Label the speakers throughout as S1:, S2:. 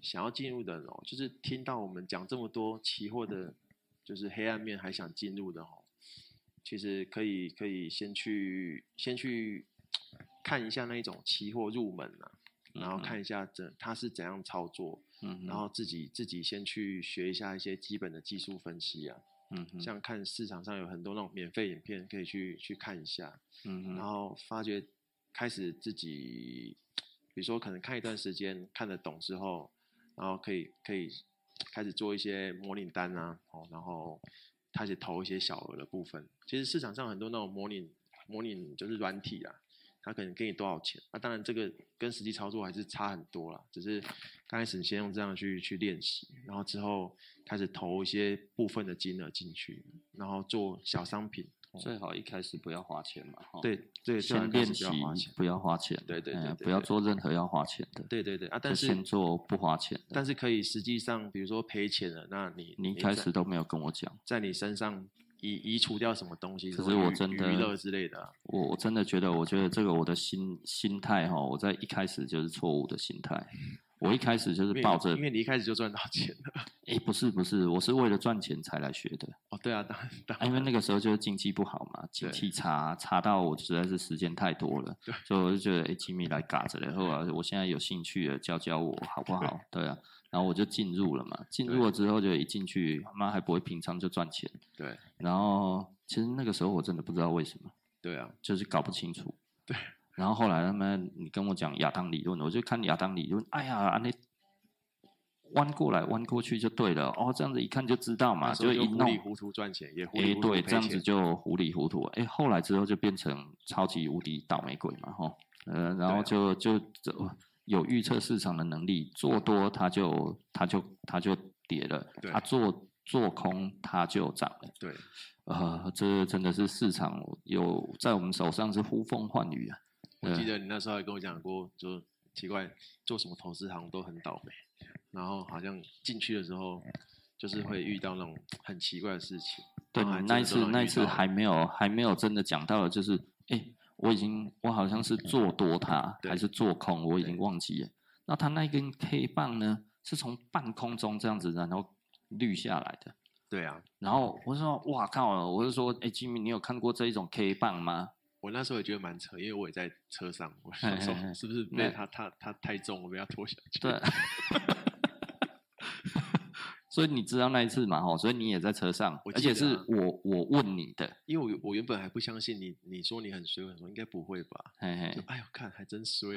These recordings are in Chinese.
S1: 想要进入的人哦，就是听到我们讲这么多期货
S2: 嗯
S1: 的，就是黑暗面还想进入的哦，其实可以可以先去先去看一下那一种期货入门啊，然后看一下怎它是怎样操作，
S2: 嗯哼，
S1: 然后自己自己先去学一下一些基本的技术分析啊，
S2: 嗯哼，
S1: 像看市场上有很多那种免费影片可以去去看一下，
S2: 嗯哼，
S1: 然后发觉开始自己，比如说可能看一段时间看得懂之后，然后可以可以开始做一些模拟单啊，哦，然后开始投一些小额的部分。其实市场上很多那种模拟模拟就是软体啊，它可能给你多少钱，那、当然这个跟实际操作还是差很多啦。只是刚开始你先用这样去去练习，然后之后开始投一些部分的金额进去，然后做小商品。哦
S2: 最好一开始不要花钱嘛，齁，
S1: 对对，最好
S2: 哦先
S1: 开
S2: 练
S1: 始
S2: 习
S1: 不要花钱，
S2: 不要花钱，
S1: 对对
S2: 哎
S1: 对
S2: 呀
S1: 对
S2: 不要
S1: 对
S2: 做任何要花钱的，
S1: 对对对啊！但
S2: 就是先做不花钱的。
S1: 但是可以实际上，比如说赔钱了，那你
S2: 你一开
S1: 在
S2: 始都没有跟我讲，
S1: 在你身上移移除掉什么东西，
S2: 可
S1: 什
S2: 是
S1: 么
S2: 我
S1: 娱
S2: 真的
S1: 娱乐之类的啊、
S2: 我我真的觉得，我觉得这个我的心心态哈，我在一开始就是错误的心态。我一开始就
S1: 嗯
S2: 是
S1: 因为
S2: 抱
S1: 你
S2: 着
S1: 因，为你一开始就赚到钱了
S2: 诶，不是不是，我是为了赚钱才来学的，
S1: 哦，对啊，当然当
S2: 啊因为那个时候就是经济不好嘛，经
S1: 对
S2: 济差差到我实在是时间太多了，所以我就觉得诶，吉米来嘎着了，后来我现在有兴趣了，教教我好不好？对啊，然后我就进入了嘛，进入了之后就一进去，妈还不会平仓就赚钱，
S1: 对
S2: 然后其实那个时候我真的不知道为什么。
S1: 对啊，
S2: 就是搞不清楚。
S1: 对。
S2: 然后后来他们你跟我讲亚当理论，我就看亚当理论，哎呀，那弯过来弯过去就对了，哦，这样子一看就知道嘛，
S1: 那时候
S2: 一
S1: 就糊
S2: 弄
S1: 里，糊涂赚钱，也糊
S2: 哎
S1: 里，糊涂
S2: 对，
S1: 赔
S2: 这样子
S1: 钱
S2: 就糊里糊涂，哎，后来之后就变成超级无敌倒霉鬼嘛，吼，呃，然
S1: 对
S2: 后
S1: 啊
S2: 就就就有预测市场的能力，做多它就它就它就跌了，
S1: 对
S2: 啊，做做空它就涨了。
S1: 对
S2: 啊，这真的是市场有在我们手上是呼风唤雨啊！
S1: 我记
S2: 对
S1: 得你那时候还跟我讲过，就奇怪做什么投资好像都很倒霉，然后好像进去的时候就是会遇到那种很奇怪的事情。
S2: 对，
S1: 然后还
S2: 你
S1: 真
S2: 那
S1: 的
S2: 一
S1: 都
S2: 次
S1: 让你
S2: 那一
S1: 遇
S2: 次
S1: 到
S2: 还没有还没有真的讲到的，就是诶，我已经我好像是做多它
S1: 嗯对
S2: 还是做空，我已经
S1: 对
S2: 忘记了。那它那一根 K 棒呢，是从半空中这样子，然后绿下来的。
S1: 对啊，
S2: 然后我就说，哇靠！我就说，哎，吉米，你有看过这一种 K 棒吗？
S1: 我那时候也觉得蛮扯，因为我也在车上，我
S2: 嘿
S1: 想说
S2: 嘿嘿
S1: 是不是被
S2: 那
S1: 他他他太重，我被他拖下去。
S2: 对，所以你知道那一次嘛？吼，所以你也在车上，
S1: 我
S2: 而
S1: 记
S2: 且
S1: 得
S2: 是
S1: 啊
S2: 我我问你的，
S1: 因为我我原本还不相信你，你说你很衰，我想说应该不会吧？
S2: 嘿
S1: 就
S2: 嘿，
S1: 哎呦，看还真 衰。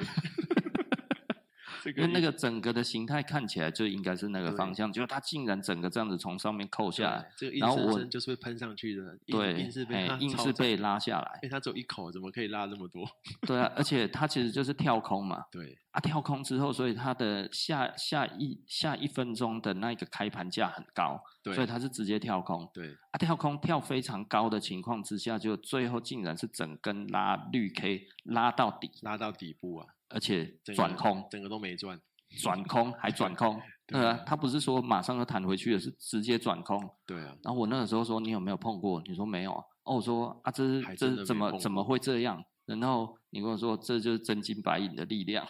S1: 这
S2: 因为那
S1: 一
S2: 个整个的形态看起来就应该是那个
S1: 对
S2: 方向，结果它竟然整个这样子从上面扣下来，
S1: 对这个硬
S2: 然后
S1: 生
S2: 我
S1: 生就是被喷上去的，硬
S2: 对
S1: 硬是，被
S2: 哎
S1: 他，
S2: 硬
S1: 操
S2: 是
S1: 纵
S2: 被拉下来
S1: 因，为他只有一口，怎么可以拉那么多？
S2: 对啊，而且它其实就是跳空嘛，
S1: 对
S2: 啊，跳空之后，所以它的下下一下一分钟的那个开盘价很高，所以
S1: 对
S2: 它是直接跳空，
S1: 对
S2: 啊，跳空跳非常高的情况之下，就最后竟然是整根拉绿 K 拉到底，
S1: 拉到底部啊，
S2: 而且
S1: 整个
S2: 转空，
S1: 整个都没赚。
S2: 转空还转空，
S1: 对
S2: 对啊，他不是说马上就弹回去了，是直接转空。
S1: 对啊，
S2: 然后我那个时候说你有没有碰过？你说没有啊。哦，我说啊，这是
S1: 还
S2: 这
S1: 真
S2: 是
S1: 的
S2: 怎
S1: 没
S2: 么
S1: 碰
S2: 怎么
S1: 过
S2: 会这样？然后你跟我说这就是真金白银的 力量，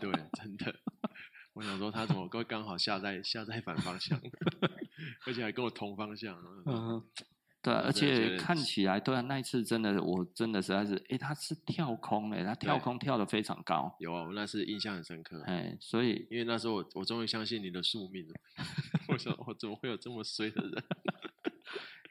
S1: 对，真的。我想说他怎么会刚好下在下在反方向， 而且还跟我同方向。我想说
S2: 嗯， 对啊、
S1: 我
S2: 而
S1: 真的觉
S2: 且
S1: 得
S2: 看起来对啊，那一次真的我真的实在是，诶，他是跳空诶，他跳
S1: 对
S2: 空跳的非常高，
S1: 有啊，我那是印象很深刻，
S2: 哎，所以
S1: 因为那时候我我终于相信你的宿命了。 我想，我怎么会有这么衰的人？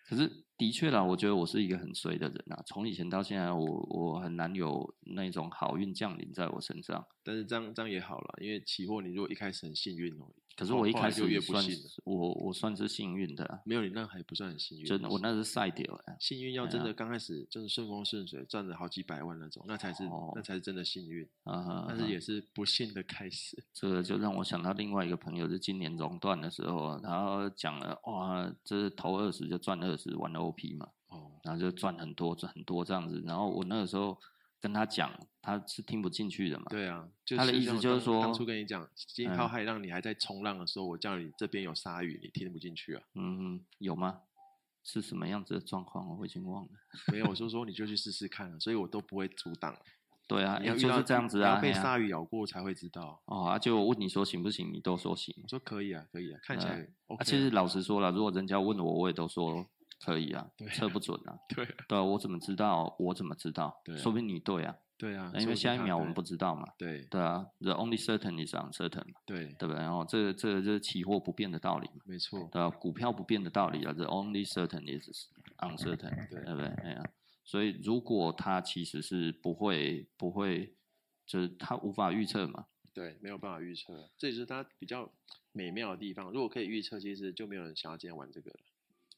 S2: 可是的确啦，我觉得我是一个很衰的人啊。从以前到现在我，我很难有那种好运降临在我身上。
S1: 但是这样这样也好了，因为期货你如果一开始很幸运哦，
S2: 可是
S1: 后
S2: 我一
S1: 后来
S2: 开
S1: 就
S2: 始
S1: 越不
S2: 算
S1: 信
S2: 是
S1: 了。
S2: 我我算是幸运的啊、
S1: 没有你那还不算很幸运，
S2: 真的，我那是赛掉了。
S1: 幸运要
S2: 对
S1: 真
S2: 啊
S1: 的刚开始就是顺风顺水，赚了好几百万那种，那才是、
S2: 哦
S1: 那才是真的幸运，
S2: 啊、
S1: 但是也是不幸的开始。
S2: 这个就让我想到另外一个朋友，是今年熔断的时候啊，然后讲了哇，这投二十就赚二十，玩 OP 嘛，
S1: 哦，
S2: 然后就赚很多赚很多这样子。然后我那个时候跟他讲，他是听不进去的嘛。
S1: 对啊，就
S2: 他的意
S1: 像
S2: 思
S1: 我
S2: 就是
S1: 当当
S2: 说嗯
S1: 初跟你讲惊涛骇浪，你还在冲浪的时候，我叫你这边有鲨鱼，你听不进去啊？
S2: 嗯，有吗？是什么样子的状况？我已经忘了。
S1: 没有，我说说你就去试试看啊，所以我都不会阻挡。
S2: 对啊，
S1: 你要
S2: 诶
S1: 遇
S2: 就
S1: 到
S2: 是这样子
S1: 你
S2: 啊。
S1: 要被
S2: 嘿啊
S1: 鲨鱼咬过才会知道。
S2: 哦，啊，就我问你说行不行，你都说行。
S1: 我说可以啊，可以啊，看起来 OK 啊。
S2: 啊，其实老实说了，如果人家问我，我也都说可以啊
S1: 对，
S2: 测不准 啊。
S1: 对啊
S2: 对啊，我怎么知道？我怎么知道？
S1: 对啊
S2: 说不定你对啊，
S1: 对啊，说
S2: 因为
S1: 不定
S2: 下一
S1: 他
S2: 秒我
S1: 对
S2: 们不知道嘛。
S1: 对
S2: 对啊，the only certain is uncertain 嘛，
S1: 对，
S2: 对不对？然后这个这个就是期货不变的道理嘛，
S1: 没错，
S2: 对啊，股票不变的道理啊，the only certain is uncertain，
S1: 对
S2: 对不对？哎呀、所以如果它其实是不会不会，就是它无法预测嘛，
S1: 对，没有办法预测，这也是它比较美妙的地方。如果可以预测，其实就没有人想要今天玩这个了。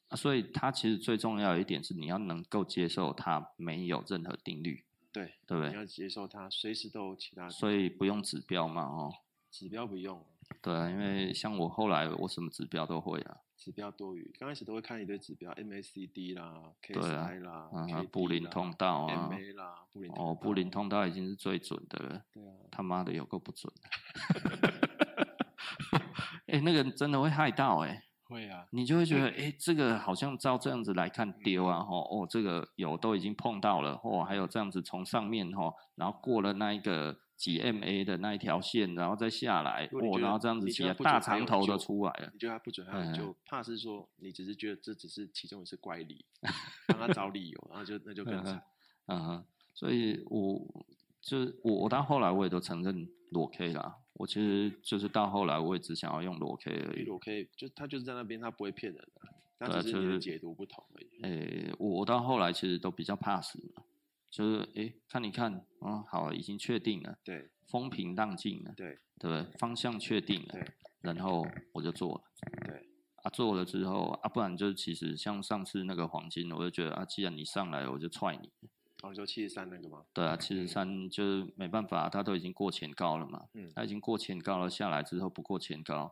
S2: 啊所以它其实最重要的一点是你要能够接受它没有任何定律，
S1: 对，
S2: 对不
S1: 你
S2: 对？
S1: 要接受它，随时都有其他
S2: 所以不用指标嘛，哦，
S1: 指标不用，
S2: 对啊，因为像我后来我什么指标都会啊，
S1: 指标多余。刚开始都会看一堆指标，MACD 啦
S2: 对啊
S1: ，KSI 啦
S2: 嗯哼，
S1: KD
S2: 布林
S1: 啦
S2: 通道啊，
S1: ，MA 啦，布林通
S2: 哦，布
S1: 道
S2: 林，通道已经是最准的了，
S1: 对啊，
S2: 他妈的有够不准 的。哎、那个真的会害到哎、
S1: 会啊，
S2: 你就会觉得哎、诶这个好像照这样子来看丢
S1: 嗯
S2: 啊，吼哦，这个有都已经碰到了，哦，还有这样子从上面吼，然后过了那一个几 MA 的那一条线，然后再下来，
S1: 如果你
S2: 哦，
S1: 觉
S2: 然
S1: 得
S2: 后这样子
S1: 你
S2: 起
S1: 觉得
S2: 来
S1: 不
S2: 大
S1: 准还
S2: 长
S1: 有
S2: 头都
S1: 救
S2: 出来了，
S1: 你觉得它不 准，它有
S2: 嗯
S1: 就怕是说你只是觉得这只是其中一次怪 力，帮他找理由，然后就那就更
S2: 嗯
S1: 惨。
S2: 嗯哼，所以我就是我，我到后来我也都承认裸 K 啦。我其实就是到后来，我也只想要用裸 K 而
S1: 因
S2: 已
S1: 为。我可以，就他就是在那边，他不会骗人的、
S2: 对
S1: 他
S2: 啊
S1: 只
S2: 就是
S1: 你
S2: 是
S1: 的解读不同而已。
S2: 诶、我我到后来其实都比较怕死嘛，就是诶、看一看，嗯，好，已经确定了，
S1: 对
S2: 风平浪静了，
S1: 对
S2: 对不对？方向确定了
S1: 对，
S2: 然后我就做了。
S1: 对
S2: 啊，做了之后啊，不然就其实像上次那个黄金，我就觉得啊，既然你上来，我就踹你。
S1: 哦，你说七十三那个吗？
S2: 对啊，七十三就是没办法，他都已经过前高了嘛，
S1: 嗯
S2: 他已经过前高了，下来之后不过前高，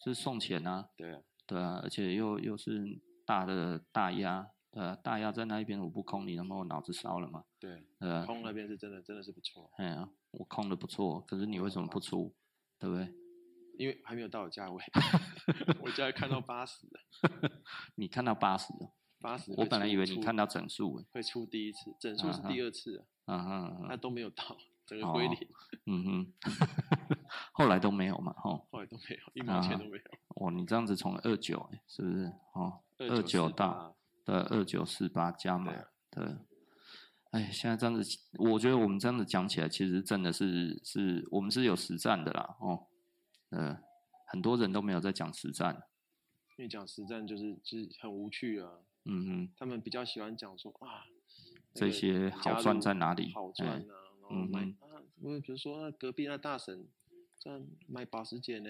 S2: 就是送钱啊，
S1: 对啊，
S2: 对啊，而且又又是大的大压，对啊，大压在那一边我不空，你他妈我脑子烧了嘛，
S1: 对，
S2: 对啊，
S1: 空那边是真的，真的是不错，啊
S2: 哎呀，我空的不错，可是你为什么不出，对不对？
S1: 因为还没有到我价 位，我价位看到八十，
S2: 你看到八十，
S1: 八十。
S2: 我本来以为你看
S1: 到
S2: 到整数欸，
S1: 会出第一次，整数
S2: 啊
S1: 是
S2: 哈
S1: 第二次啊，
S2: 啊哈啊
S1: 那、
S2: 哈，
S1: 都没有到，整个归
S2: 哦
S1: 零，
S2: 嗯哼， 后来都没有嘛，吼。
S1: 后来都没有，一毛
S2: 啊
S1: 钱都没有。
S2: 哦，你这样子从二九、欸、是不是？哦，二九
S1: 29
S2: 到
S1: 48
S2: 对二九四八加
S1: 对
S2: 满
S1: 啊
S2: 对。哎，现在这样子，我觉得我们这样子讲起来，其实真的是是我们是有实战的啦，哦，呃，很多人都没有在讲实战，
S1: 因为讲实战就是就是很无趣啊，
S2: 嗯哼，
S1: 他们比较喜欢讲说啊，那
S2: 这
S1: 个
S2: 些
S1: 加
S2: 好赚
S1: 入
S2: 在哪里
S1: 好
S2: 哎
S1: 赚啊，然后买
S2: 嗯
S1: 啊，我比如说那隔壁那大神，这样买保时捷呢，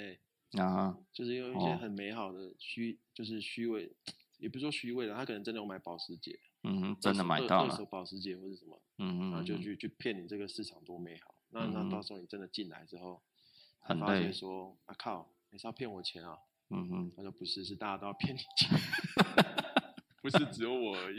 S2: 啊，
S1: 就是有一些
S2: 哦
S1: 很美好的虚，就是虚伪，也不是说虚伪了，他可能真的有买保时捷，
S2: 嗯哼，真
S1: 二
S2: 的
S1: 手
S2: 买
S1: 二
S2: 到
S1: 二
S2: 了
S1: 手，保时捷或者什么，
S2: 嗯哼，
S1: 然后就
S2: 嗯哼
S1: 去去骗你这个市场多美好，那那
S2: 嗯
S1: 到时候你真的进来之后，
S2: 很
S1: 发
S2: 累
S1: 现说啊靠，你是要骗我钱啊？
S2: 嗯哼。
S1: 他说不是，是大家都要骗你 钱，不是只有我而已。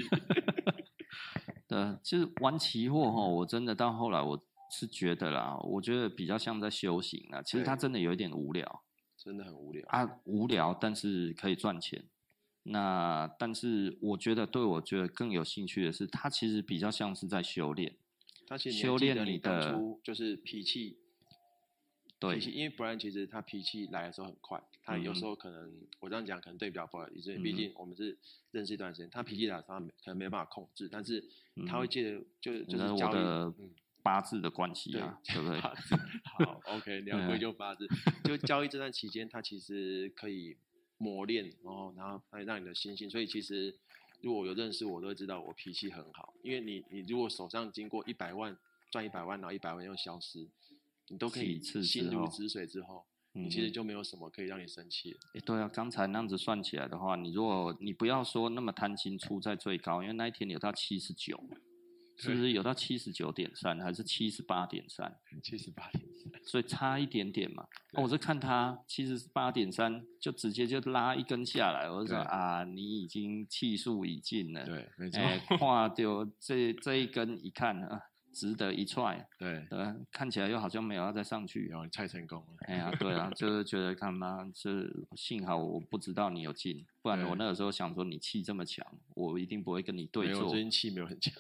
S2: 对，其实玩期货哈，我真的到后来我是觉得啦，我觉得比较像在修行啦。其实它
S1: 对
S2: 真的有一点无聊
S1: 真的很无聊。
S2: 啊，无聊，但是可以赚钱。那但是我觉得对我觉得更有兴趣的是，它其实比较像是在修炼。
S1: 他其实
S2: 修
S1: 还记
S2: 炼
S1: 得
S2: 你
S1: 你当
S2: 的
S1: 初就是脾气，
S2: 对
S1: 脾，气，因为 Brian 其实他脾气来的时候很快，他有时候可能、我这样讲可能对比较不好意思，因为
S2: 嗯
S1: 毕
S2: 哼
S1: 竟我们是认识一段时间，他脾气来的时候他没可能没办法控制，但是他会
S2: 嗯
S1: 借着就就
S2: 那
S1: 是
S2: 我
S1: 交易。
S2: 的
S1: 嗯
S2: 八字的关系啊，对不对？
S1: 八字好，OK，你要
S2: 嗯
S1: 归咎八字。就交易这段期间，它其实可以磨练，然后然后来让你的心性。所以其实如果有认识我，都会知道我脾气很好。因为你你如果手上经过一百万赚一百万，然后一百万又消失，你都可以
S2: 几次之
S1: 心
S2: 后
S1: 如止水之后，你其
S2: 嗯
S1: 实
S2: 哼
S1: 就没有什么可以让你生气了。
S2: 诶对啊，刚才那样子算起来的话，你如果你不要说那么贪心出在最高，因为那一天有到七十九，是不是有到七十九点三还是七十八点三？
S1: 七十八点，
S2: 所以差一点点嘛。啊、
S1: 对
S2: 我是看他七十八点三，就直接就拉一根下来，我就说
S1: 对
S2: 啊，你已经气数已尽了。，
S1: 对，没
S2: 哎、跨掉这这一根一看啊，值得一踹，
S1: 对，
S2: 对吧？看起来又好像没有要再上去。
S1: 有你太成功了，
S2: 哎呀，对啊，就是觉得看妈，是幸好我不知道你有进，不然我
S1: 对
S2: 那个时候想说你气这么强，我一定不会跟你对
S1: 没有我
S2: 坐
S1: 最。近气没有很强，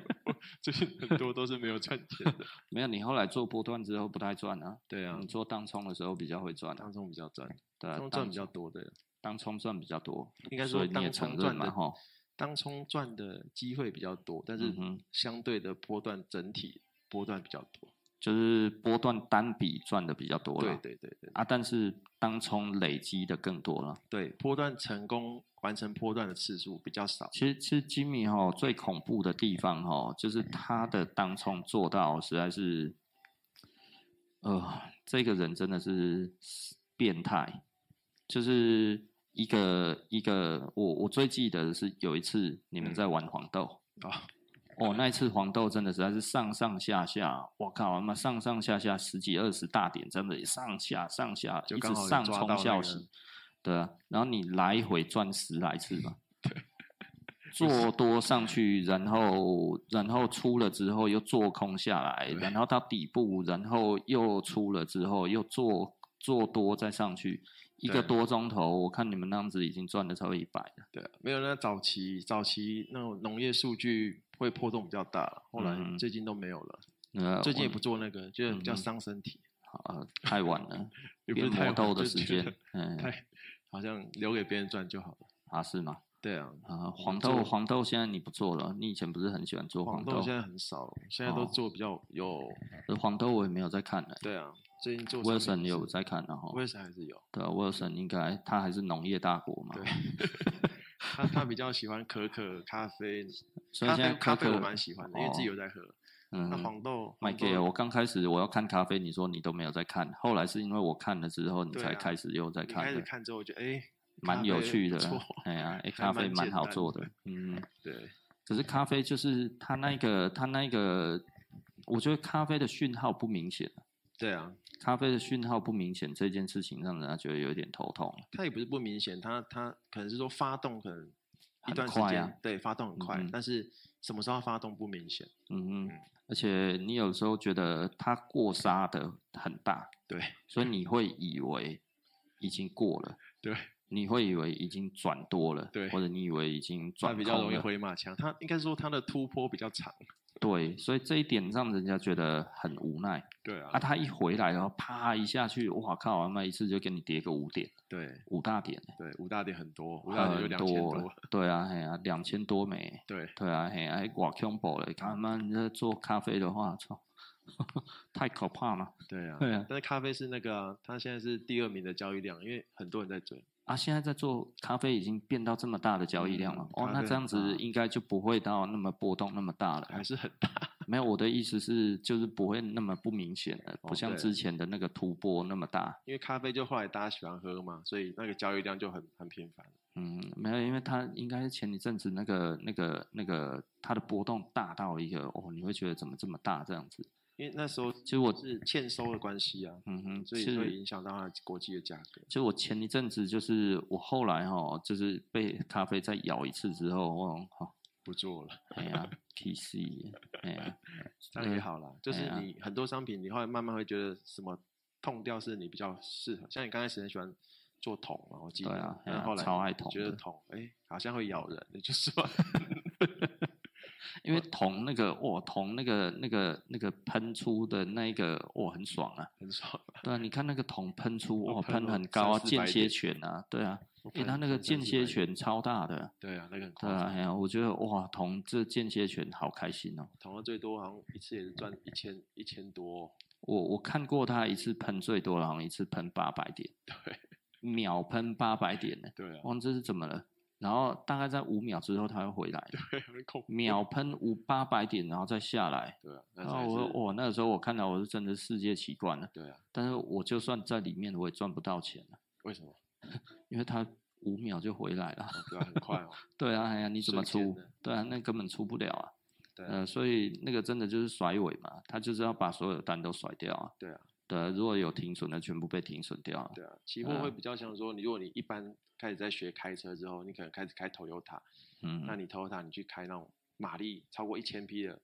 S1: 最近很多都是没有赚钱 的。
S2: 没有，你后来做波段之后不太赚啊。
S1: 对啊
S2: 你，做当冲的时候比较会赚啊
S1: 当。中比较赚，
S2: 对
S1: 当
S2: 啊，
S1: 中赚比较多的，
S2: 当冲赚比较多，
S1: 应该
S2: 所
S1: 说
S2: 以你也
S1: 当
S2: 承
S1: 冲
S2: 认
S1: 赚
S2: 嘛
S1: 的
S2: 哈。
S1: 当冲赚的机会比较多，但是
S2: 嗯哼
S1: 相对的波段整体波段比较多。
S2: 就是波段单笔赚的比较多
S1: 对
S2: 了，
S1: 对对对
S2: 啊，但是当冲累积的更多了。
S1: 对，波段成功完成波段的次数比较少。
S2: 其实，其实 Jimmy 哈、最恐怖的地方哈、就是
S1: 嗯
S2: 他的当冲做到实在是，呃，这个人真的是变态，就是一个一个我我最记得的是有一次你们在玩黄豆
S1: 嗯啊、
S2: 哦，那一次黄豆真的实在是上上下下，我靠，他妈上上下下十几二十大点，真的上下上下
S1: 就
S2: 一直
S1: 刚好
S2: 上
S1: 抓
S2: 冲
S1: 到
S2: 消
S1: 那
S2: 息
S1: 个，
S2: 对啊，然后你来回转十来次吧，做多上去，然后然后出了之后又做空下来，
S1: 对
S2: 然后到底部，然后又出了之后又做做多再上去，一个
S1: 对
S2: 多钟头，我看你们那样子已经赚了超过一百了。
S1: 对啊，没有那早期早期那种农业数据会波动比较大了，后来
S2: 嗯
S1: 最近都没有了，
S2: 呃，
S1: 最近也
S2: 我
S1: 不做那个，就是比较
S2: 嗯哼
S1: 伤身体，
S2: 呃太晚了，
S1: 也不是
S2: 变
S1: 太
S2: 魔豆
S1: 晚
S2: 的
S1: 就
S2: 时
S1: 觉
S2: 间
S1: 得，
S2: 嗯，
S1: 太好像留给别人赚就好了。
S2: 啊是吗？
S1: 对啊，
S2: 啊、
S1: 们
S2: 黄豆
S1: 做
S2: 黄豆现在你不做了，你以前不是很喜欢做
S1: 黄
S2: 黄
S1: 豆
S2: 豆？
S1: 现在很少了，现在都
S2: 哦
S1: 做比较有。
S2: 呃黄豆我也没有在看了、
S1: 对啊，最近做
S2: 威尔
S1: 产
S2: 森
S1: 品
S2: 也有
S1: 是
S2: 在看，然后
S1: 威尔森还是有，
S2: 对啊，威尔森应该他还是农业大国嘛
S1: 对，他他比较喜欢可可咖啡，
S2: 所以
S1: 咖
S2: 现在
S1: 啡咖
S2: 可
S1: 啡
S2: 可哦
S1: 我蛮喜欢的，因为自己有在喝。那
S2: 嗯。
S1: 黄豆，
S2: 麦
S1: 黄豆
S2: 给我刚开始我要看咖啡，你说你都没有在看，后来是因为我看了之后，你
S1: 对
S2: 才
S1: 啊
S2: 开始又在
S1: 你开
S2: 看
S1: 始
S2: 的，
S1: 看之后，我觉得哎，咖
S2: 蛮有
S1: 啡
S2: 趣的
S1: 不
S2: 啦
S1: 错。
S2: 哎呀，哎，
S1: 还
S2: 咖啡
S1: 蛮
S2: 蛮
S1: 简
S2: 好
S1: 单
S2: 做
S1: 的
S2: 的，嗯。
S1: 对，
S2: 可是咖啡就是它那个它那个，我觉得咖啡的讯号不明显，
S1: 对啊，
S2: 咖啡的讯号不明显这件事情让人家觉得有点头痛。
S1: 它也不是不明显，它它可能是说发动可能一
S2: 很
S1: 段时
S2: 快
S1: 间
S2: 啊，
S1: 对，发动很快
S2: 嗯嗯，
S1: 但是什么时候发动不明显，
S2: 嗯嗯，而且你有时候觉得它过杀的很大，
S1: 对
S2: 所以你会以为已经过了，
S1: 对，
S2: 你会以为已经转多了，
S1: 对
S2: 或者你以为已经
S1: 它
S2: 转
S1: 比较
S2: 空
S1: 容易
S2: 了，啊
S1: 回马枪，它应该说它的突破比较长，
S2: 对，所以这一点让人家觉得很无奈。
S1: 对
S2: 啊，
S1: 啊，
S2: 他一回来然后啪一下去，哇靠，他妈一次就给你跌个五点，
S1: 对
S2: 五大点，
S1: 对，五大点很多，五大点就
S2: 很
S1: 两千
S2: 多
S1: 多
S2: 了，，对啊，嘿啊，两千多枚，
S1: 对，
S2: 对啊，嘿，哎，我 combo 了，他妈你在做咖啡的话，操， 太可怕了。
S1: 对啊，
S2: 对啊
S1: 但是咖啡是那个、啊，它现在是第二名的交易量，因为很多人在追。
S2: 啊，现在在做咖啡已经变到这么大的交易量了，
S1: 嗯
S2: 哦，
S1: 咖
S2: 那
S1: 啡
S2: 这样子
S1: 啊
S2: 应该就不会到那么波动那么大了。
S1: 还是很大。
S2: 没有，我的意思是，就是不会那么不明显了，不
S1: 哦
S2: 像
S1: 对
S2: 之前的那个突波那么大。
S1: 因为咖啡就后来大家喜欢喝嘛，所以那个交易量就很很频繁。
S2: 嗯，没有，因为它应该是前一阵子那个那个那个它的波动大到一个哦，你会觉得怎么这么大这样子？
S1: 因为那时候
S2: 其实我，
S1: 是欠收的关系啊，
S2: 嗯哼，
S1: 所以
S2: 是
S1: 会影响到它的国际的价格。
S2: 就我前一阵子，就是我后来哈，就是被咖啡再咬一次之后，我哈，
S1: 不做了，
S2: 哎呀，T C，哎呀，
S1: 当然也
S2: 嗯
S1: 好啦。就
S2: 哎
S1: 是
S2: 呀
S1: 你很多商品，你后来慢慢会觉得什么痛掉是你比较适合。像你刚开始很喜欢做桶嘛，我记得。
S2: 对啊哎
S1: 然
S2: 呀
S1: 后后来
S2: 超爱
S1: 你
S2: 桶
S1: 觉得
S2: 的
S1: 桶哎好像会咬人，你就 说
S2: 因为铜那个哇，铜那个那个那个喷出的那一个哇，很爽 啊！
S1: 很爽。
S2: 对啊，你看那个铜喷出
S1: 我
S2: 哇，
S1: 哦喷
S2: 喷
S1: 了
S2: 很高啊，
S1: 300-400
S2: 间歇
S1: 点
S2: 拳啊，对啊，
S1: 我
S2: 因为
S1: 喷
S2: 它那个
S1: 喷三
S2: 间
S1: 四
S2: 歇
S1: 百
S2: 拳超大的，
S1: 对啊，那个很
S2: 对
S1: 夸
S2: 啊，
S1: 张。
S2: 哎呀，我觉得哇，铜这间歇拳好开心哦！
S1: 桶的最多好像一次也是赚一千一千多哦，
S2: 我我看过它一次喷最多了，好像一次喷八百点，
S1: 对
S2: 秒喷八百点呢。
S1: 对啊，
S2: 哇，这是怎么了？然后大概在五秒之后，它又回来了，
S1: 很恐怖。
S2: 秒喷五八百点，然后再下来。
S1: 对啊，那
S2: 然
S1: 才
S2: 后
S1: 是
S2: 我我那个时候我看到我是真的世界奇观了，
S1: 对啊，
S2: 但是我就算在里面我也赚不到钱了，
S1: 为什么？
S2: 因为它五秒就回来了。
S1: 对啊，很快哦。
S2: 对啊，哎呀，你怎么
S1: 瞬间
S2: 出
S1: 的？
S2: 对啊，那根本出不了啊。
S1: 对啊，
S2: 呃，所以那个真的就是甩尾嘛，他就是要把所有单都甩掉啊。
S1: 对啊，
S2: 对啊，如果有停损的，全部被停损掉了。
S1: 对啊，期
S2: 嗯
S1: 货会比较像说，你如果你一般开始在学开车之后，你可能开始开 Toyota，
S2: 嗯，
S1: 那你 Toyota 你去开那种马力超过一千匹的，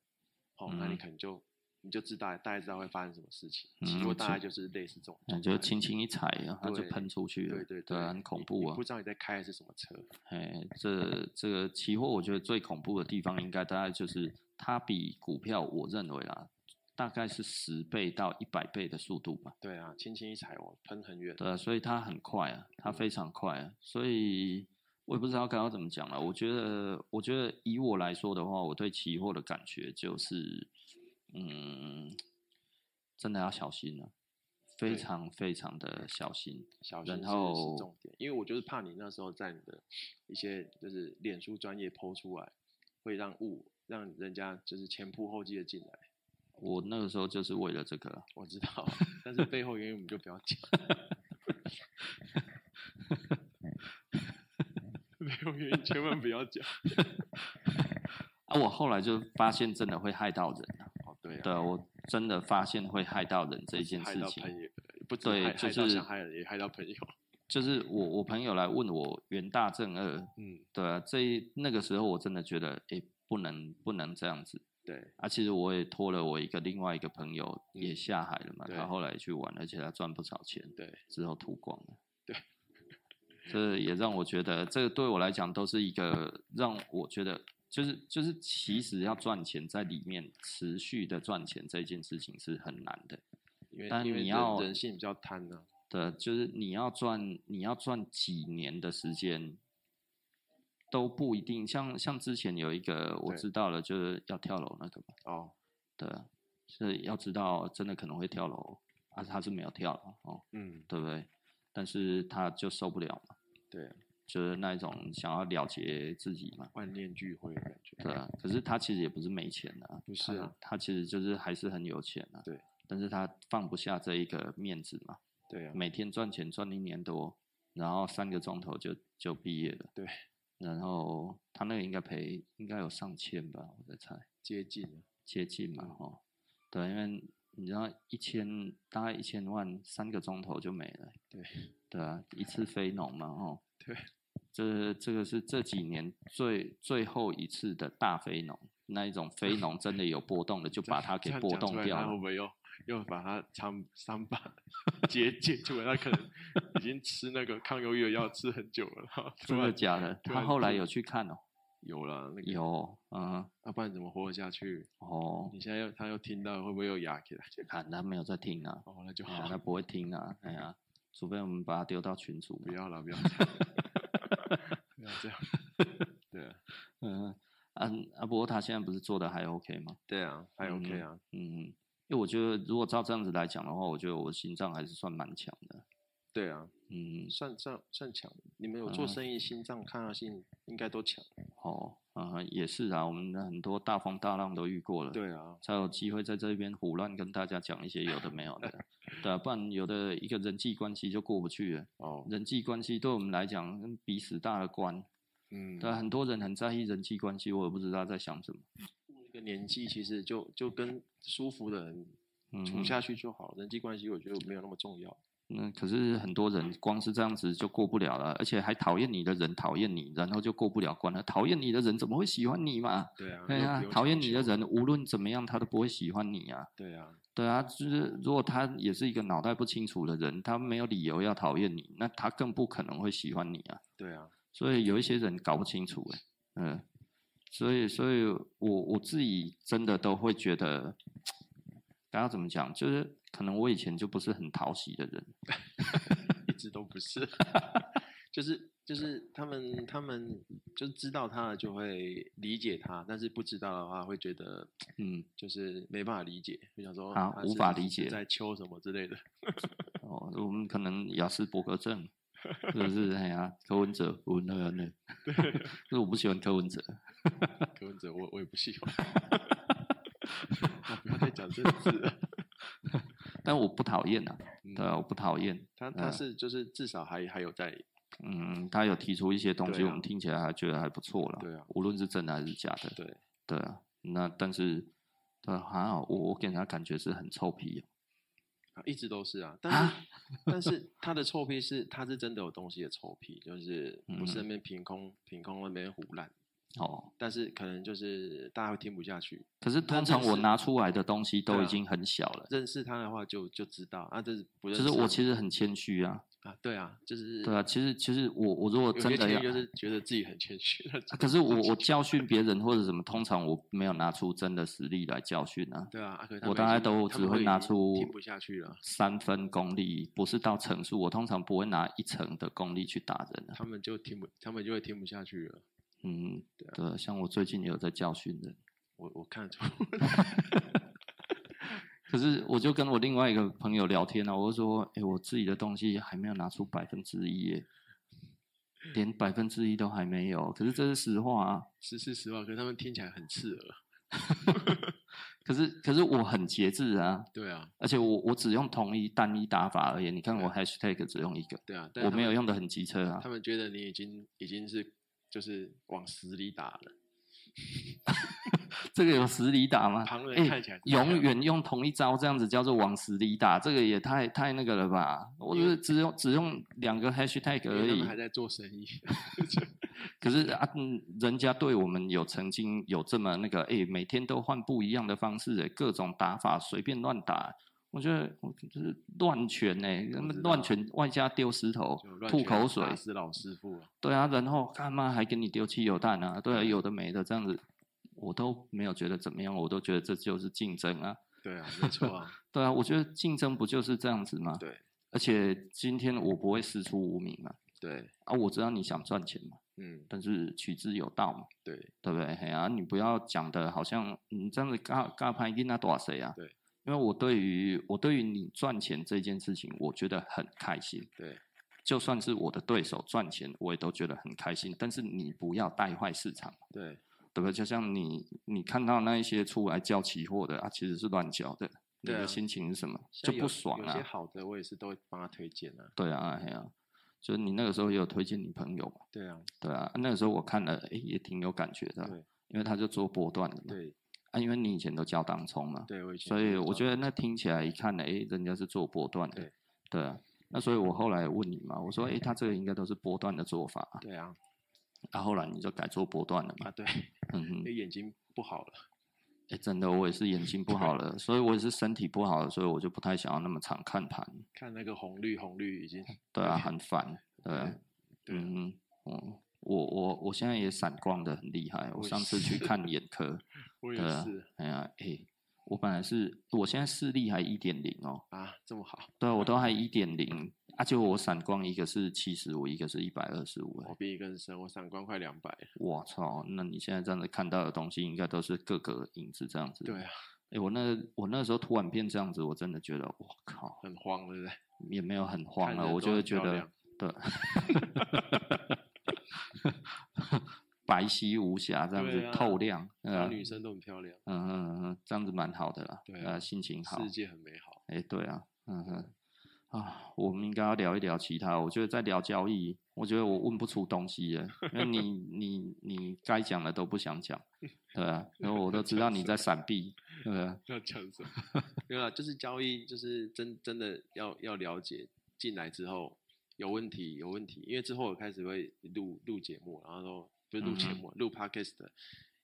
S1: 哦，那
S2: 嗯
S1: 你可能就你就知道大概知道会发生什么事情。
S2: 嗯
S1: 期货大
S2: 是
S1: 概就是类似这种
S2: 那
S1: 状态，
S2: 就轻轻一踩，然后就
S1: 对
S2: 喷出去了。
S1: 对对
S2: 啊，很恐
S1: 你
S2: 怖
S1: 你
S2: 啊。
S1: 不知道你在开的是什么车，
S2: 哎，这这个期货，我觉得最恐怖的地方应该大概就是它比股票我认为啦，大概是十倍到一百倍的速度吧。
S1: 对啊，轻轻一踩哦，喷很远。
S2: 对啊，所以它很快啊，它非常快啊，所以我也不知道该要怎么讲了。我觉得，我觉得以我来说的话，我对期货的感觉就是，嗯，真的要小心了、非
S1: 对
S2: 常非常的小心。
S1: 小心
S2: 然
S1: 是
S2: 后
S1: 是重点，因为我就是怕你那时候在你的一些就是脸书专业剖出来，会让误让人家就是前仆后继的进来。
S2: 我那个时候就是为了这个，
S1: 我知道， 但是背后原因我们就不要讲。 背后原因千万不要讲。
S2: 啊，我后来就发现真的会害到人啊、
S1: 哦，对啊，
S2: 对啊，我真的发现会害到人这一件
S1: 害
S2: 事
S1: 到
S2: 情。
S1: 朋友，不止
S2: 对
S1: 害
S2: 就
S1: 害到
S2: 是
S1: 想害人，也害到朋友。
S2: 就是我我朋友来问我元大正二，
S1: 嗯，
S2: 对啊，这一那个时候我真的觉得，诶，不能不能这样子
S1: 对，
S2: 啊！其实我也托了我一个另外一个朋友也
S1: 嗯
S2: 下海了嘛，
S1: 对
S2: 他后来也去玩，而且他赚不少钱，
S1: 对，
S2: 之后吐光了。
S1: 对，
S2: 这也让我觉得，这个对我来讲都是一个让我觉得，就是就是其实要赚钱在里面持续的赚钱这件事情是很难的。
S1: 因为
S2: 但
S1: 因为
S2: 你
S1: 人
S2: 要
S1: 人性比较贪呢、
S2: 的，就是你要赚，你要赚几年的时间都不一定。像像之前有一个我
S1: 对
S2: 知道了，就是要跳楼那个嘛，
S1: 哦，
S2: 对啊，是要知道真的可能会跳楼啊，他是没有跳楼哦，
S1: 嗯，
S2: 对不对？但是他就受不了嘛，
S1: 对啊，
S2: 就是那一种想要了结自己嘛，
S1: 万念俱灰的感觉。
S2: 对 啊。可是他其实也不是没钱的、啊，
S1: 不是啊
S2: 他，他其实就是还是很有钱啊，
S1: 对。
S2: 但是他放不下这一个面子嘛，
S1: 对啊，
S2: 每天赚钱赚一年多，然后三个钟头就就毕业了。
S1: 对，
S2: 然后他那个应该赔，应该有上千吧，我在猜，
S1: 接近啊
S2: 接近嘛，
S1: 嗯
S2: 哈。对，因为你知道一千大概一千万，三个钟头就没了。
S1: 对，
S2: 对啊，一次非农嘛，哦。
S1: 对，
S2: 这这个是这几年最最后一次的大非农，那一种非农真的有波动的，就把它给
S1: 这样
S2: 波
S1: 讲出
S2: 动
S1: 来
S2: 掉
S1: 他
S2: 了
S1: 会。不会又又把他伤伤 疤结结出来？他可能已经吃那个抗忧郁的药吃很久了，然后突
S2: 真的
S1: 然
S2: 假的？
S1: 突
S2: 他
S1: 然
S2: 后来
S1: 就
S2: 有去看哦，
S1: 有了那个，
S2: 有，嗯，
S1: 要、不然怎么活得下去？
S2: 哦，
S1: 你现在又他又听到，会不会又哑起来？
S2: 啊，他没有在听啊，
S1: 哦，那就
S2: 哎呀
S1: 好，
S2: 他不会听啊，哎呀，除非我们把他丢到群组
S1: 不
S2: 嘛。
S1: 要了， 不要这样，不要这样。对啊，
S2: 嗯啊啊，不过他现在不是做的还 OK 吗？
S1: 对啊，还 OK 啊，
S2: 嗯，因为我觉得如果照这样子来讲的话，我觉得我心脏还是算蛮强的。
S1: 对啊，
S2: 嗯，
S1: 算算算强。你们有做
S2: 嗯
S1: 生意，心脏抗压性应该都强。
S2: 哦，啊、也是啊，我们很多大风大浪都遇过了。。
S1: 对啊，
S2: 才有机会在这边胡乱跟大家讲一些有的没有 的，对啊，不然有的一个人际关系就过不去了。
S1: 哦，
S2: 人际关系对我们来讲，嗯比死大的关，
S1: 嗯，
S2: 对啊，很多人很在意人际关系，我也不知道在想什么。
S1: 一个年纪，其实就就跟舒服的人
S2: 嗯
S1: 处
S2: 哼
S1: 下去就好，人际关系我觉得没有那么重要。
S2: 那可是很多人光是这样子就过不了了，而且还讨厌你的人讨厌你，然后就过不了关了。讨厌你的人怎么会喜欢你嘛？
S1: 对啊
S2: 对啊，讨厌你的，人无论怎么样他都不会喜欢你啊。
S1: 对啊，
S2: 对啊，就是如果他也是一个脑袋不清楚的人，他没有理由要讨厌你，那他更不可能会喜欢你啊。
S1: 对 啊，
S2: 所以有一些人搞不清楚、欸，嗯，所以，所以我我自己真的都会觉得，大家怎么讲，就是可能我以前就不是很讨喜的人，
S1: 一直都不是， 就是就是他们他们就知道他了就会理解他，但是不知道的话会觉得
S2: 嗯，
S1: 就是没办法理解，就想说
S2: 啊
S1: 他
S2: 无
S1: 是
S2: 法
S1: 是
S2: 理解
S1: 在秋什么之类的。
S2: 哦，我们可能雅斯伯格症，是不是？哎呀，柯文哲，我那个 那，就是我不喜欢柯文哲，
S1: 柯文哲我我也不喜欢， 我不要再讲这个字了。
S2: 但我不讨厌啊，
S1: 嗯
S2: 对啊，我不讨厌，
S1: 他他
S2: 嗯
S1: 是就是至少还还有在
S2: 嗯，他有提出一些东西，
S1: 对啊
S2: 我们听起来还觉得还不错啦，
S1: 对啊
S2: 无论是真的还是假的，
S1: 对
S2: 对啊，那但是，对，啊还好，我我给人家感觉是很臭屁、哦，
S1: 啊，一直都是啊，但是但是他的臭屁是他是真的有东西的臭屁，就是
S2: 嗯
S1: 不是那边凭空凭空那边胡乱，
S2: 哦，
S1: 但是可能就是大家会听不下去，
S2: 可是通
S1: 但
S2: 常
S1: 是
S2: 我
S1: 是
S2: 拿出来的东西都
S1: 对
S2: 已
S1: 啊
S2: 经很小了，
S1: 认识他的话就就知道啊，这是不认
S2: 就
S1: 识
S2: 是我
S1: 他
S2: 其实很谦虚啊，
S1: 啊，对啊，就是
S2: 对啊，其实其实我我如果
S1: 有些
S2: 真的
S1: 情
S2: 要
S1: 侣，就是觉得自己很谦虚，
S2: 啊可是我我教训别人或者什么，通常我没有拿出真的实力来教训啊。
S1: 对啊，啊可是他
S2: 我
S1: 们已
S2: 大概
S1: 经
S2: 都
S1: 他
S2: 只
S1: 们都
S2: 会
S1: 已
S2: 拿
S1: 经
S2: 出
S1: 听不下去了，
S2: 三分功力，不是到成数。我通常不会拿一成的功力去打人啊。
S1: 他们就听不，他们就会听不下去了。
S2: 嗯，
S1: 啊
S2: 对，像我最近也有在教训人，
S1: 我我看出
S2: 可是我就跟我另外一个朋友聊天啊，我就说，哎，我自己的东西还没有拿出百分之一耶，连百分之一都还没有。可是这是实话啊。
S1: 实是实话，可是他们听起来很刺耳。
S2: 可是可是我很节制啊，
S1: 对啊，
S2: 而且我我只用同一单一打法而言。你看我
S1: 对啊
S2: hashtag 只用一个，
S1: 对啊，但
S2: 我
S1: 他
S2: 没有
S1: 们
S2: 用的很机车啊
S1: 他。们觉得你已经已经是就是往死里打了，
S2: 这个有实里打吗？
S1: 旁人
S2: 哎
S1: 看起来是这样
S2: 永远用同一招，这样子叫做往死里打，这个也太太那个了吧？我觉得只用只用两个 hashtag
S1: 因
S2: 而
S1: 为他
S2: 已
S1: 们，还在做生 意。
S2: 可是啊，嗯人家对我们有曾经有这么那个，哎、每天都换不一样的方式、哎，各种打法随便乱打，我觉得我就是乱拳呢、哎
S1: 我
S2: 他们
S1: 知道
S2: 乱拳外加丢石头
S1: 就、乱
S2: 吐
S1: 拳啊
S2: 口水，
S1: 打死老师傅了。
S2: 对啊，然后干嘛还给你丢汽油弹啊？对啊，有的没的这样子，我都没有觉得怎么样，我都觉得这就是竞争啊。
S1: 对啊，没错 啊，
S2: 对啊，我觉得竞争不就是这样子吗？
S1: 对。
S2: 而且今天我不会师出无名嘛，
S1: 对，
S2: 啊，我知道你想赚钱嘛，
S1: 嗯，
S2: 但是取之有道嘛，
S1: 对，
S2: 对不对？嘿啊，你不要讲的好像你这样子尬尬拍跟那多少谁啊？
S1: 对。
S2: 因为我对于我对于你赚钱这件事情，我觉得很开心。
S1: 对，
S2: 就算是我的对手赚钱，我也都觉得很开心。但是你不要带坏市场嘛，
S1: 对，
S2: 对不对？就像你你看到那一些出来叫期货的啊，其实是乱叫的，你
S1: 对
S2: 的
S1: 啊
S2: 心情是什么？就
S1: 像有
S2: 不爽
S1: 有
S2: 啊
S1: 些。好的，我也是都会帮他推荐啊。
S2: 对啊，哎呀、就是你那个时候也有推荐你朋友嘛，
S1: 对啊，
S2: 对啊，那个时候我看了，诶，也挺有感觉的啊，
S1: 对
S2: 因为他就做波段的嘛，
S1: 对，
S2: 啊，因为你以前都教当冲嘛，
S1: 对，我以前
S2: 所
S1: 就
S2: 以
S1: 有
S2: 我
S1: 找
S2: 觉得那听起来一看，诶，人家是做波段的
S1: 对，
S2: 对啊，那所以我后来有问你嘛，我说，诶，哎他这个应该都是波段的做法啊，
S1: 对啊，
S2: 啊，后来你就改做波段了嘛
S1: 啊，对，
S2: 嗯哼
S1: 因，为眼睛不好了。
S2: 诶，哎真的，我也是眼睛不好了，所以我也是身体不好了，所以我就不太想要那么常看盘，
S1: 看那个红绿红绿已经
S2: 对啊，
S1: 对
S2: 很烦，对啊。
S1: 对啊
S2: 嗯嗯，我我我现在也闪光的很厉害。
S1: 我
S2: 我
S1: 也
S2: 上次去
S1: 是
S2: 看眼科，
S1: 我也
S2: 对啊
S1: 是，
S2: 哎呀，哎，我本来是我现在视力还一点零哦，
S1: 啊，这么好，
S2: 对啊、我都还一点零，啊，就我闪光一个是七十五，一个是一百二十五，
S1: 我比你更深，我闪光快两百了。
S2: 我操，那你现在这样子看到的东西，应该都是各个影子这样子。
S1: 对啊，
S2: 哎，我那我那时候突然变这样子，我真的觉得，我靠，
S1: 很慌，对不对？
S2: 也没有很慌
S1: 看
S2: 了，
S1: 人
S2: 我
S1: 都
S2: 就会
S1: 很
S2: 觉
S1: 漂
S2: 得
S1: 亮，
S2: 对， 白皙无瑕这样
S1: 对
S2: 子
S1: 啊
S2: 透亮，
S1: 然
S2: 呃
S1: 后，女生都很漂亮，
S2: 嗯嗯嗯，这样子蛮好的啦，
S1: 对
S2: 呃
S1: 啊
S2: 心情好，
S1: 世界很美好。
S2: 哎，对啊，嗯哼，啊，我们应该要聊一聊其他，我觉得在聊交易，我觉得我问不出东西耶，因为 你你你该讲的都不想讲，对啊，因为我都知道你在闪避，对啊，
S1: 要讲什么？ 没有啦，就是交易，就是真真的要要了解进来之后有问题有问题，因为之后我开始会录录节目，然后都不是录节
S2: 嗯哼
S1: 目，啊录 podcast 的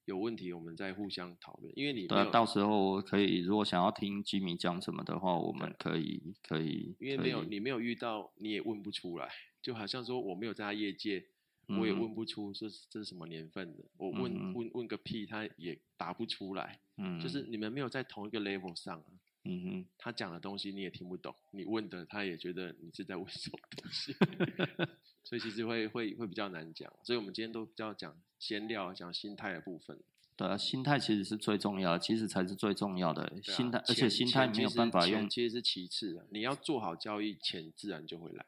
S1: 有问题我们再互相讨论，因为你没
S2: 对啊，
S1: 有
S2: 到时候可以，如果想要听吉米讲什么的话，我们可以可以，
S1: 因为
S2: 可
S1: 没有
S2: 以
S1: 你没有遇到，你也问不出来，就好像说我没有在他业界。我也
S2: 嗯
S1: 问不出这是这是什么年份的，我问、
S2: 嗯哼
S1: 问问个屁，他也答不出来。
S2: 嗯，
S1: 就是你们没有在同一个 level 上啊，
S2: 嗯哼，
S1: 他讲的东西你也听不懂，你问的他也觉得你是在问什么东西，
S2: 嗯
S1: 所以其实会会会比较难讲。所以我们今天都比较讲闲聊，讲心态的部分。
S2: 对啊，心态其实是最重要的，其实才是最重要的欸、
S1: 对啊
S2: 心态，而且
S1: 钱
S2: 心态
S1: 钱
S2: 没有
S1: 其实
S2: 办法
S1: 钱
S2: 用，
S1: 其实是其次的。你要做好交易，钱自然就会来。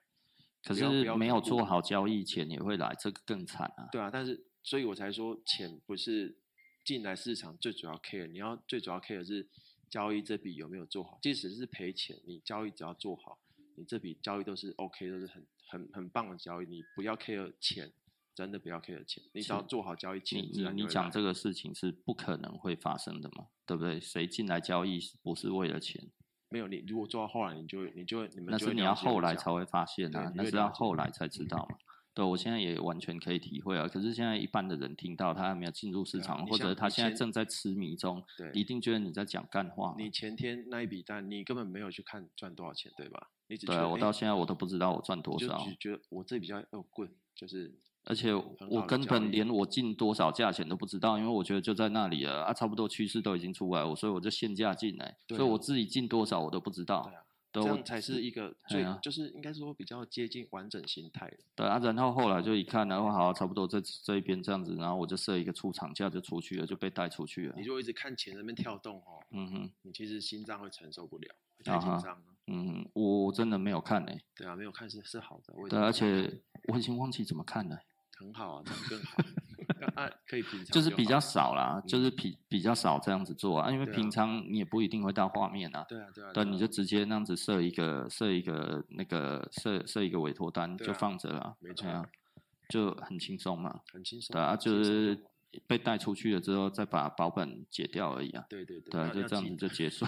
S2: 可
S1: 不要不
S2: 是
S1: 要啊
S2: 没有
S1: 低估
S2: 做好交易，钱也会来，这个更惨啊。
S1: 对啊，但是所以我才说，钱不是进来市场最主要 care，你要最主要 care 的是交易这笔有没有做好，即使是赔钱，你交易只要做好，你这笔交易都是 OK，都是很很很棒的交易，你不要 care 钱，真的不要 care 钱，你只要
S2: 是
S1: 做好交易，
S2: 你
S1: 钱自
S2: 你
S1: 然
S2: 你讲这
S1: 个，
S2: 个事情是不可能会发生的嘛，对不对？谁进来交易是不是为了钱？
S1: 没有你如果做到后来，你就会你就会你们
S2: 那
S1: 就是会
S2: 你
S1: 了
S2: 要
S1: 解
S2: 后
S1: 一
S2: 来
S1: 下
S2: 才会发现
S1: 对
S2: 啊，
S1: 你
S2: 那
S1: 会
S2: 是
S1: 了
S2: 要
S1: 解嗯
S2: 后来才知道嘛。对，我现在也完全可以体会啊。可是现在一半的人听到他还没有进入市
S1: 对啊
S2: 场，
S1: 你
S2: 或者
S1: 像
S2: 他
S1: 以
S2: 现在
S1: 前
S2: 正在痴迷中，
S1: 对
S2: 一定觉得你在讲干话嘛。
S1: 你前天那一笔单，你根本没有去看赚多少钱，对吧？你只
S2: 对
S1: 觉
S2: 啊，
S1: 得
S2: 我
S1: 诶
S2: 到现在我都不知道我赚多
S1: 哎就
S2: 少，啊
S1: 只觉得我这笔较哦棍，就是
S2: 而且
S1: 很
S2: 我
S1: 好的
S2: 根
S1: 交
S2: 本
S1: 易
S2: 连我进多少价钱都不知道，因为我觉得就在那里了啊，差不多趋势都已经出来了，我所以我就限价进来，
S1: 对
S2: 所以
S1: 啊
S2: 我自己进多少我都不知道
S1: 对。啊，
S2: 对，
S1: 这
S2: 我
S1: 样才是一个
S2: 哎
S1: 最
S2: 呀
S1: 就是应该说比较接近完整形态的。
S2: 对啊，然后后来就一看，然后好，差不多这这一边这样子，然后我就设一个出场价就出去了，就被带出去了
S1: 你。就一直看钱在那边跳动哦，
S2: 嗯哼，
S1: 你其实心脏会承受不了，会
S2: 啊
S1: 太紧
S2: 哈
S1: 张了。
S2: 嗯哼，我真的没有看诶、
S1: 对啊，没有看是是好的，我也
S2: 对，啊
S1: 是
S2: 而
S1: 这样
S2: 且我已经忘记怎么看了，
S1: 很好啊，这样更 好啊，可以平常
S2: 就是
S1: 好
S2: 比较少啦，
S1: 嗯
S2: 就是比比较少这样子做啊，因为
S1: 对啊
S2: 平常你也不一定会到画面啊。
S1: 对啊对啊，
S2: 对，
S1: 啊
S2: 你就直接那样子设一个设一个那个设设一个委托单
S1: 对
S2: 就
S1: 啊
S2: 放着啦，
S1: 没
S2: 对啊
S1: 错，
S2: 就很轻松嘛。
S1: 很轻松
S2: 对啊，
S1: 很
S2: 就
S1: 轻松
S2: 是
S1: 的
S2: 被带出去了之后再把保本解掉而已啊。
S1: 对对对，
S2: 对啊，
S1: 要
S2: 就这样子。
S1: 要记
S2: 就结 束。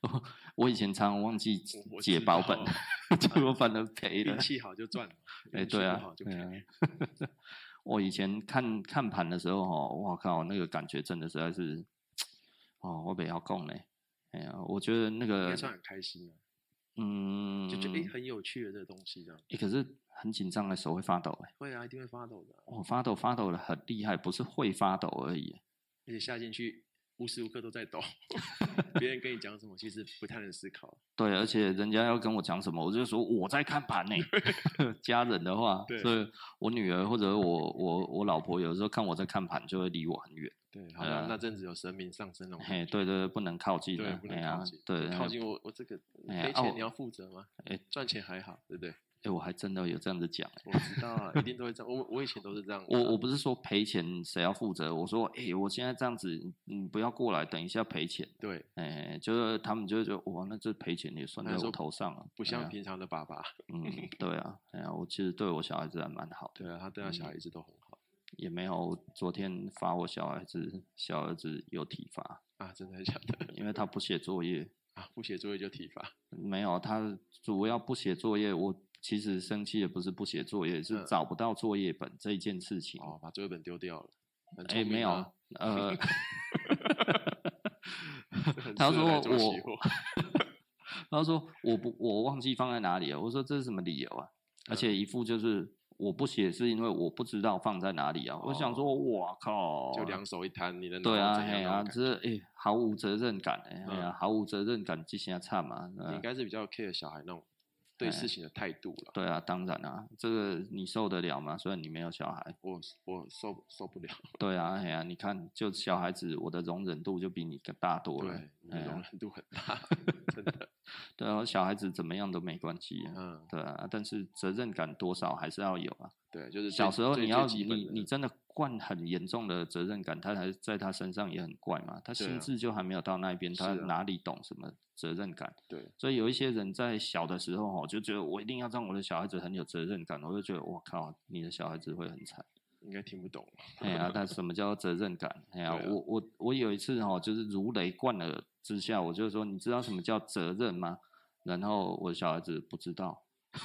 S2: 我我以前常常忘记
S1: 我
S2: 解
S1: 知
S2: 保本
S1: 道，啊
S2: 结果反而赔了
S1: 运。气好就赚了，
S2: 哎，
S1: 运气
S2: 对
S1: 不
S2: 啊
S1: 好，就
S2: 对
S1: 赔
S2: 啊。我以前看看盘的时候哦，我靠，那个感觉真的实在是，哦，我比较供嘞。哎呀，我觉得那
S1: 应
S2: 个
S1: 该，算很开心啊，
S2: 嗯，
S1: 就觉得哎很有趣的这个东西这样。
S2: 哎可是很紧张的手会发抖哎，
S1: 会啊，一定会发抖的啊，
S2: 我发抖发抖的很厉害，不是会发抖而已。啊
S1: 而且下进去无时无刻都在 抖，别人跟你讲什么，其实不太能思考。
S2: 对，而且人家要跟我讲什么，我就说我在看盘呢、 家人的话，
S1: 对
S2: 所以我女儿或者我我我老婆有时候看我在看盘，就会离我很远。
S1: 对，好
S2: 啊
S1: 像那阵子有神明上身了，
S2: 嘿，对对，不能靠近
S1: 对，
S2: 啊。
S1: 不
S2: 哎
S1: 能
S2: 呀
S1: 靠近，
S2: 对，
S1: 靠近我我这个
S2: 哎呀
S1: 赔
S2: 啊我
S1: 钱你要负责吗？
S2: 哎
S1: 赚钱还好，对不对？
S2: 哎，我还真的有这样子讲、欸。
S1: 我知道啊，一定都会这样。我我以前都是这样的啊。
S2: 我我不是说赔钱谁要负责，我说哎、我现在这样子，你不要过来，等一下赔钱。
S1: 对，
S2: 哎、就是他们就会觉得哇，那这赔钱也算
S1: 那
S2: 在
S1: 时
S2: 我
S1: 候
S2: 头上了。
S1: 不
S2: 哎
S1: 像
S2: 呀
S1: 平常的爸爸。
S2: 嗯，对啊，哎呀，我其实对我小孩子还蛮好的。
S1: 对啊，他对他小
S2: 嗯
S1: 孩一直都很好
S2: 也没有，昨天罚我小孩子，小儿子有体罚，
S1: 啊，真的假的？
S2: 因为他不写作业。
S1: 啊，不写作业就体罚。
S2: 没有，他主要不写作业。我其实生气的不是不写作业，是
S1: 嗯
S2: 找不到作业本这一件事情。
S1: 哦，把作业本丢掉了。很
S2: 嗯哎、
S1: 聪
S2: 没
S1: 明
S2: 有
S1: 啊，
S2: 呃，
S1: 这很
S2: 他
S1: 适合
S2: 说
S1: 来哦做期
S2: 我
S1: 货，
S2: 他说我不，我忘记放在哪里了。我说这是什么理由啊？而
S1: 嗯
S2: 且一副就是我不写是因为我不知道放在哪里啊。我想说，
S1: 哦
S2: 我靠，
S1: 就两手一摊，你的
S2: 对
S1: 脑
S2: 啊，
S1: 怎样
S2: 嘿
S1: 那
S2: 啊，
S1: 种感
S2: 这是诶、毫无责任感诶、哎呀、
S1: 嗯
S2: 毫无责任感，这些差嘛，
S1: 你应
S2: 呃
S1: 该是比较 care 小孩那种
S2: 嗯
S1: 对事情的态度了。
S2: 对啊，当然啊，这个你受得了吗？虽然你没有小孩，
S1: 我我受受不了，
S2: 对啊，哎呀、你看，就小孩子，我的容忍度就比你更大多了
S1: 对，，你
S2: 哎
S1: 的
S2: 呀、
S1: 容忍度很大， 真 的。
S2: 对啊，小孩子怎么样都没关系、啊，
S1: 嗯，
S2: 对啊，但是责任感多少还是要有啊。
S1: 对，就是
S2: 小
S1: 最
S2: 时候
S1: 最
S2: 你要
S1: 最基
S2: 你
S1: 本的
S2: 你真的惯很严重的责任感，他还在他身上也很怪嘛，他
S1: 对
S2: 心
S1: 啊
S2: 智就还没有到那一边，他
S1: 是啊
S2: 哪里懂什么责任感？
S1: 对
S2: 所以有一些人在小的时候哦，就觉得我一定要让我的小孩子很有责任感，我就觉得我靠，你的小孩子会很惨。
S1: 应该听不懂。
S2: 哎呀，但什么叫责任感？哎呀，
S1: 对啊
S2: 我我我有一次哦，就是如雷贯耳之下，我就说，你知道什么叫责任吗？然后我小孩子不知道，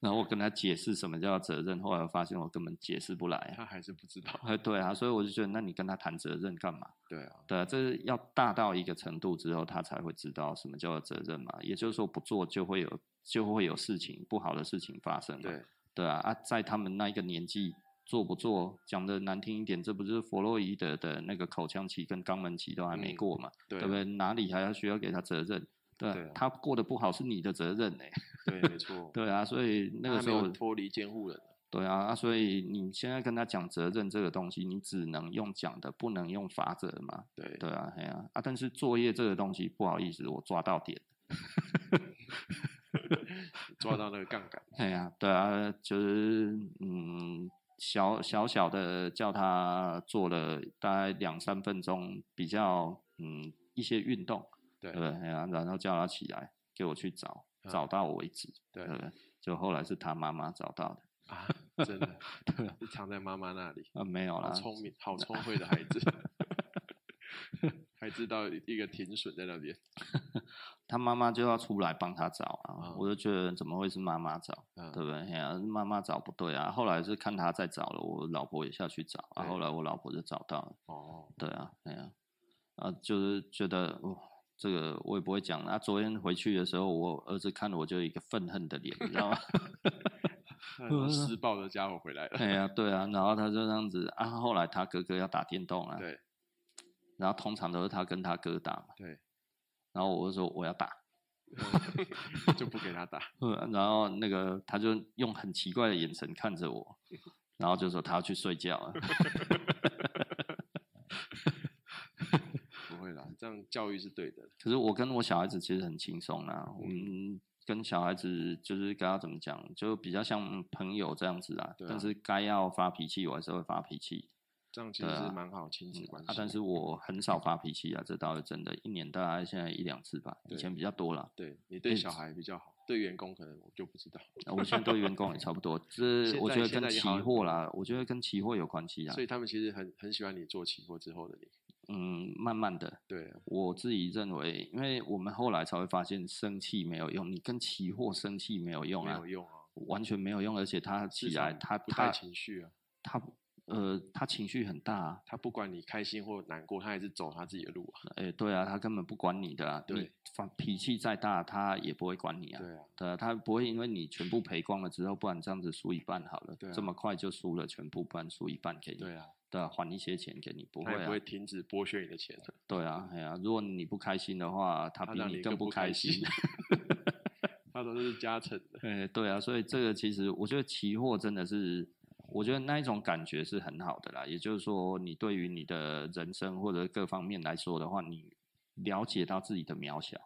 S2: 然后我跟他解释什么叫责任，后来我发现我根本解释不来啊。
S1: 他还是不知道。
S2: 哎，对啊，所以我就觉得，那你跟他谈责任干嘛？
S1: 对啊，
S2: 对啊，这是要大到一个程度之后，他才会知道什么叫做责任嘛。也就是说，不做就会有就会有事情不好的事情发生嘛。
S1: 对，
S2: 对啊，啊，在他们那一个年纪做不做，讲的难听一点，这不就是弗洛伊德的那个口腔期跟肛门期都还没
S1: 嗯
S2: 过嘛，
S1: 对
S2: 对不对？哪里还要需要给他责任？对啊，
S1: 对啊
S2: 他过得不好是你的责任呢、欸
S1: 对，没错。
S2: 对啊，所以
S1: 他
S2: 那个
S1: 还
S2: 时
S1: 没
S2: 候
S1: 有，脱离监护人啊，
S2: 对啊，啊，所以你现在跟他讲责任这个东西，你只能用讲的，不能用法则嘛。
S1: 对
S2: 对啊，哎呀、啊，但是作业这个东西，不好意思，我抓到点。
S1: 抓到那个杠杆，
S2: 哎呀、对啊，就是嗯，小小小的叫他做了大概两三分钟，比较嗯一些运动，
S1: 对
S2: 对不对？哎呀、然后叫他起来，给我去找，
S1: 嗯
S2: 找到为止，
S1: 对
S2: 对不对？就后来是他妈妈找到的，
S1: 啊，真的
S2: 对啊
S1: 是藏在妈妈那里，
S2: 啊，没有
S1: 好
S2: 啦，
S1: 聪明，好聪慧的孩子，还知道一个停损在那边
S2: 他妈妈就要出来帮他找啊，
S1: 嗯
S2: 我就觉得怎么会是妈妈找，
S1: 嗯
S2: 对不对？哎呀、妈妈找不对啊。后来是看他在找了，我老婆也下去找，啊、
S1: 对
S2: 后来我老婆就找到了，
S1: 哦，
S2: 对啊，哎呀、啊，就是觉得哦，这个我也不会讲。啊，昨天回去的时候，我儿子看了我就一个愤恨的脸，你知道吗？
S1: 那种施暴的家伙回来了，
S2: 哎呀，对啊，然后他就这样子啊。后来他哥哥要打电动啊，
S1: 对
S2: 然后通常都是他跟他哥打嘛，
S1: 对，
S2: 然后我就说我要打，
S1: 就不给他打，
S2: 呃然后那个他就用很奇怪的眼神看着我，然后就说他要去睡觉了。
S1: 不会啦，这样教育是对的，
S2: 可是我跟我小孩子其实很轻松啦，
S1: 嗯
S2: 我们跟小孩子就是该要怎么讲，就比较像朋友这样子啊。
S1: 对啊
S2: 但是该要发脾气，我还是会发脾气。
S1: 这样其实是蛮好亲
S2: 嗯
S1: 子关系
S2: 啊，
S1: 的。
S2: 但是我很
S1: 嗯
S2: 少发脾气啊，这倒是真的，一年大概现在一两次吧，以
S1: 对
S2: 前比较多啦。
S1: 对你对
S2: 哎
S1: 小孩比较好，对员工可能我就不知道，
S2: 啊我现在对员工也差不多，这
S1: 现
S2: 我
S1: 在
S2: 觉得
S1: 现
S2: 跟
S1: 在也
S2: 期
S1: 好很
S2: 货
S1: 多
S2: 啦，我觉得跟期货有关系啊
S1: 所。以他们其实很很喜欢你做期货之后的你。
S2: 嗯，慢慢的，
S1: 对啊，
S2: 我自己认为，因为我们后来才会发现，生气没有用，你跟期货生气没有用
S1: 没
S2: 啊
S1: 有，用啊，
S2: 完全没有用，而且他起
S1: 市场
S2: 来，他
S1: 不带
S2: 他
S1: 情绪啊，
S2: 他呃，他情绪很大、啊，
S1: 他不管你开心或难过，他还是走他自己的路啊。
S2: 哎，对啊，他根本不管你的、啊，你
S1: 对
S2: 发脾气再大，他也不会管你啊，
S1: 对啊，
S2: 对啊，他不会因为你全部赔光了之后，不然这样子输一半好了，
S1: 对啊
S2: 这么快就输了全部，不然输一半给你，
S1: 对啊，
S2: 对啊，还一些钱给你，不会
S1: 他也
S2: 啊
S1: 不，会停止剥削你的钱，
S2: 对啊，哎呀、如果你不开心的话，他
S1: 他
S2: 比
S1: 让
S2: 你
S1: 更
S2: 不
S1: 开
S2: 开心。，
S1: 他都是加成的。
S2: 哎，对啊，所以这个其实我觉得期货真的是，我觉得那一种感觉是很好的啦。也就是说，你对于你的人生或者各方面来说的话，你了解到自己的渺小，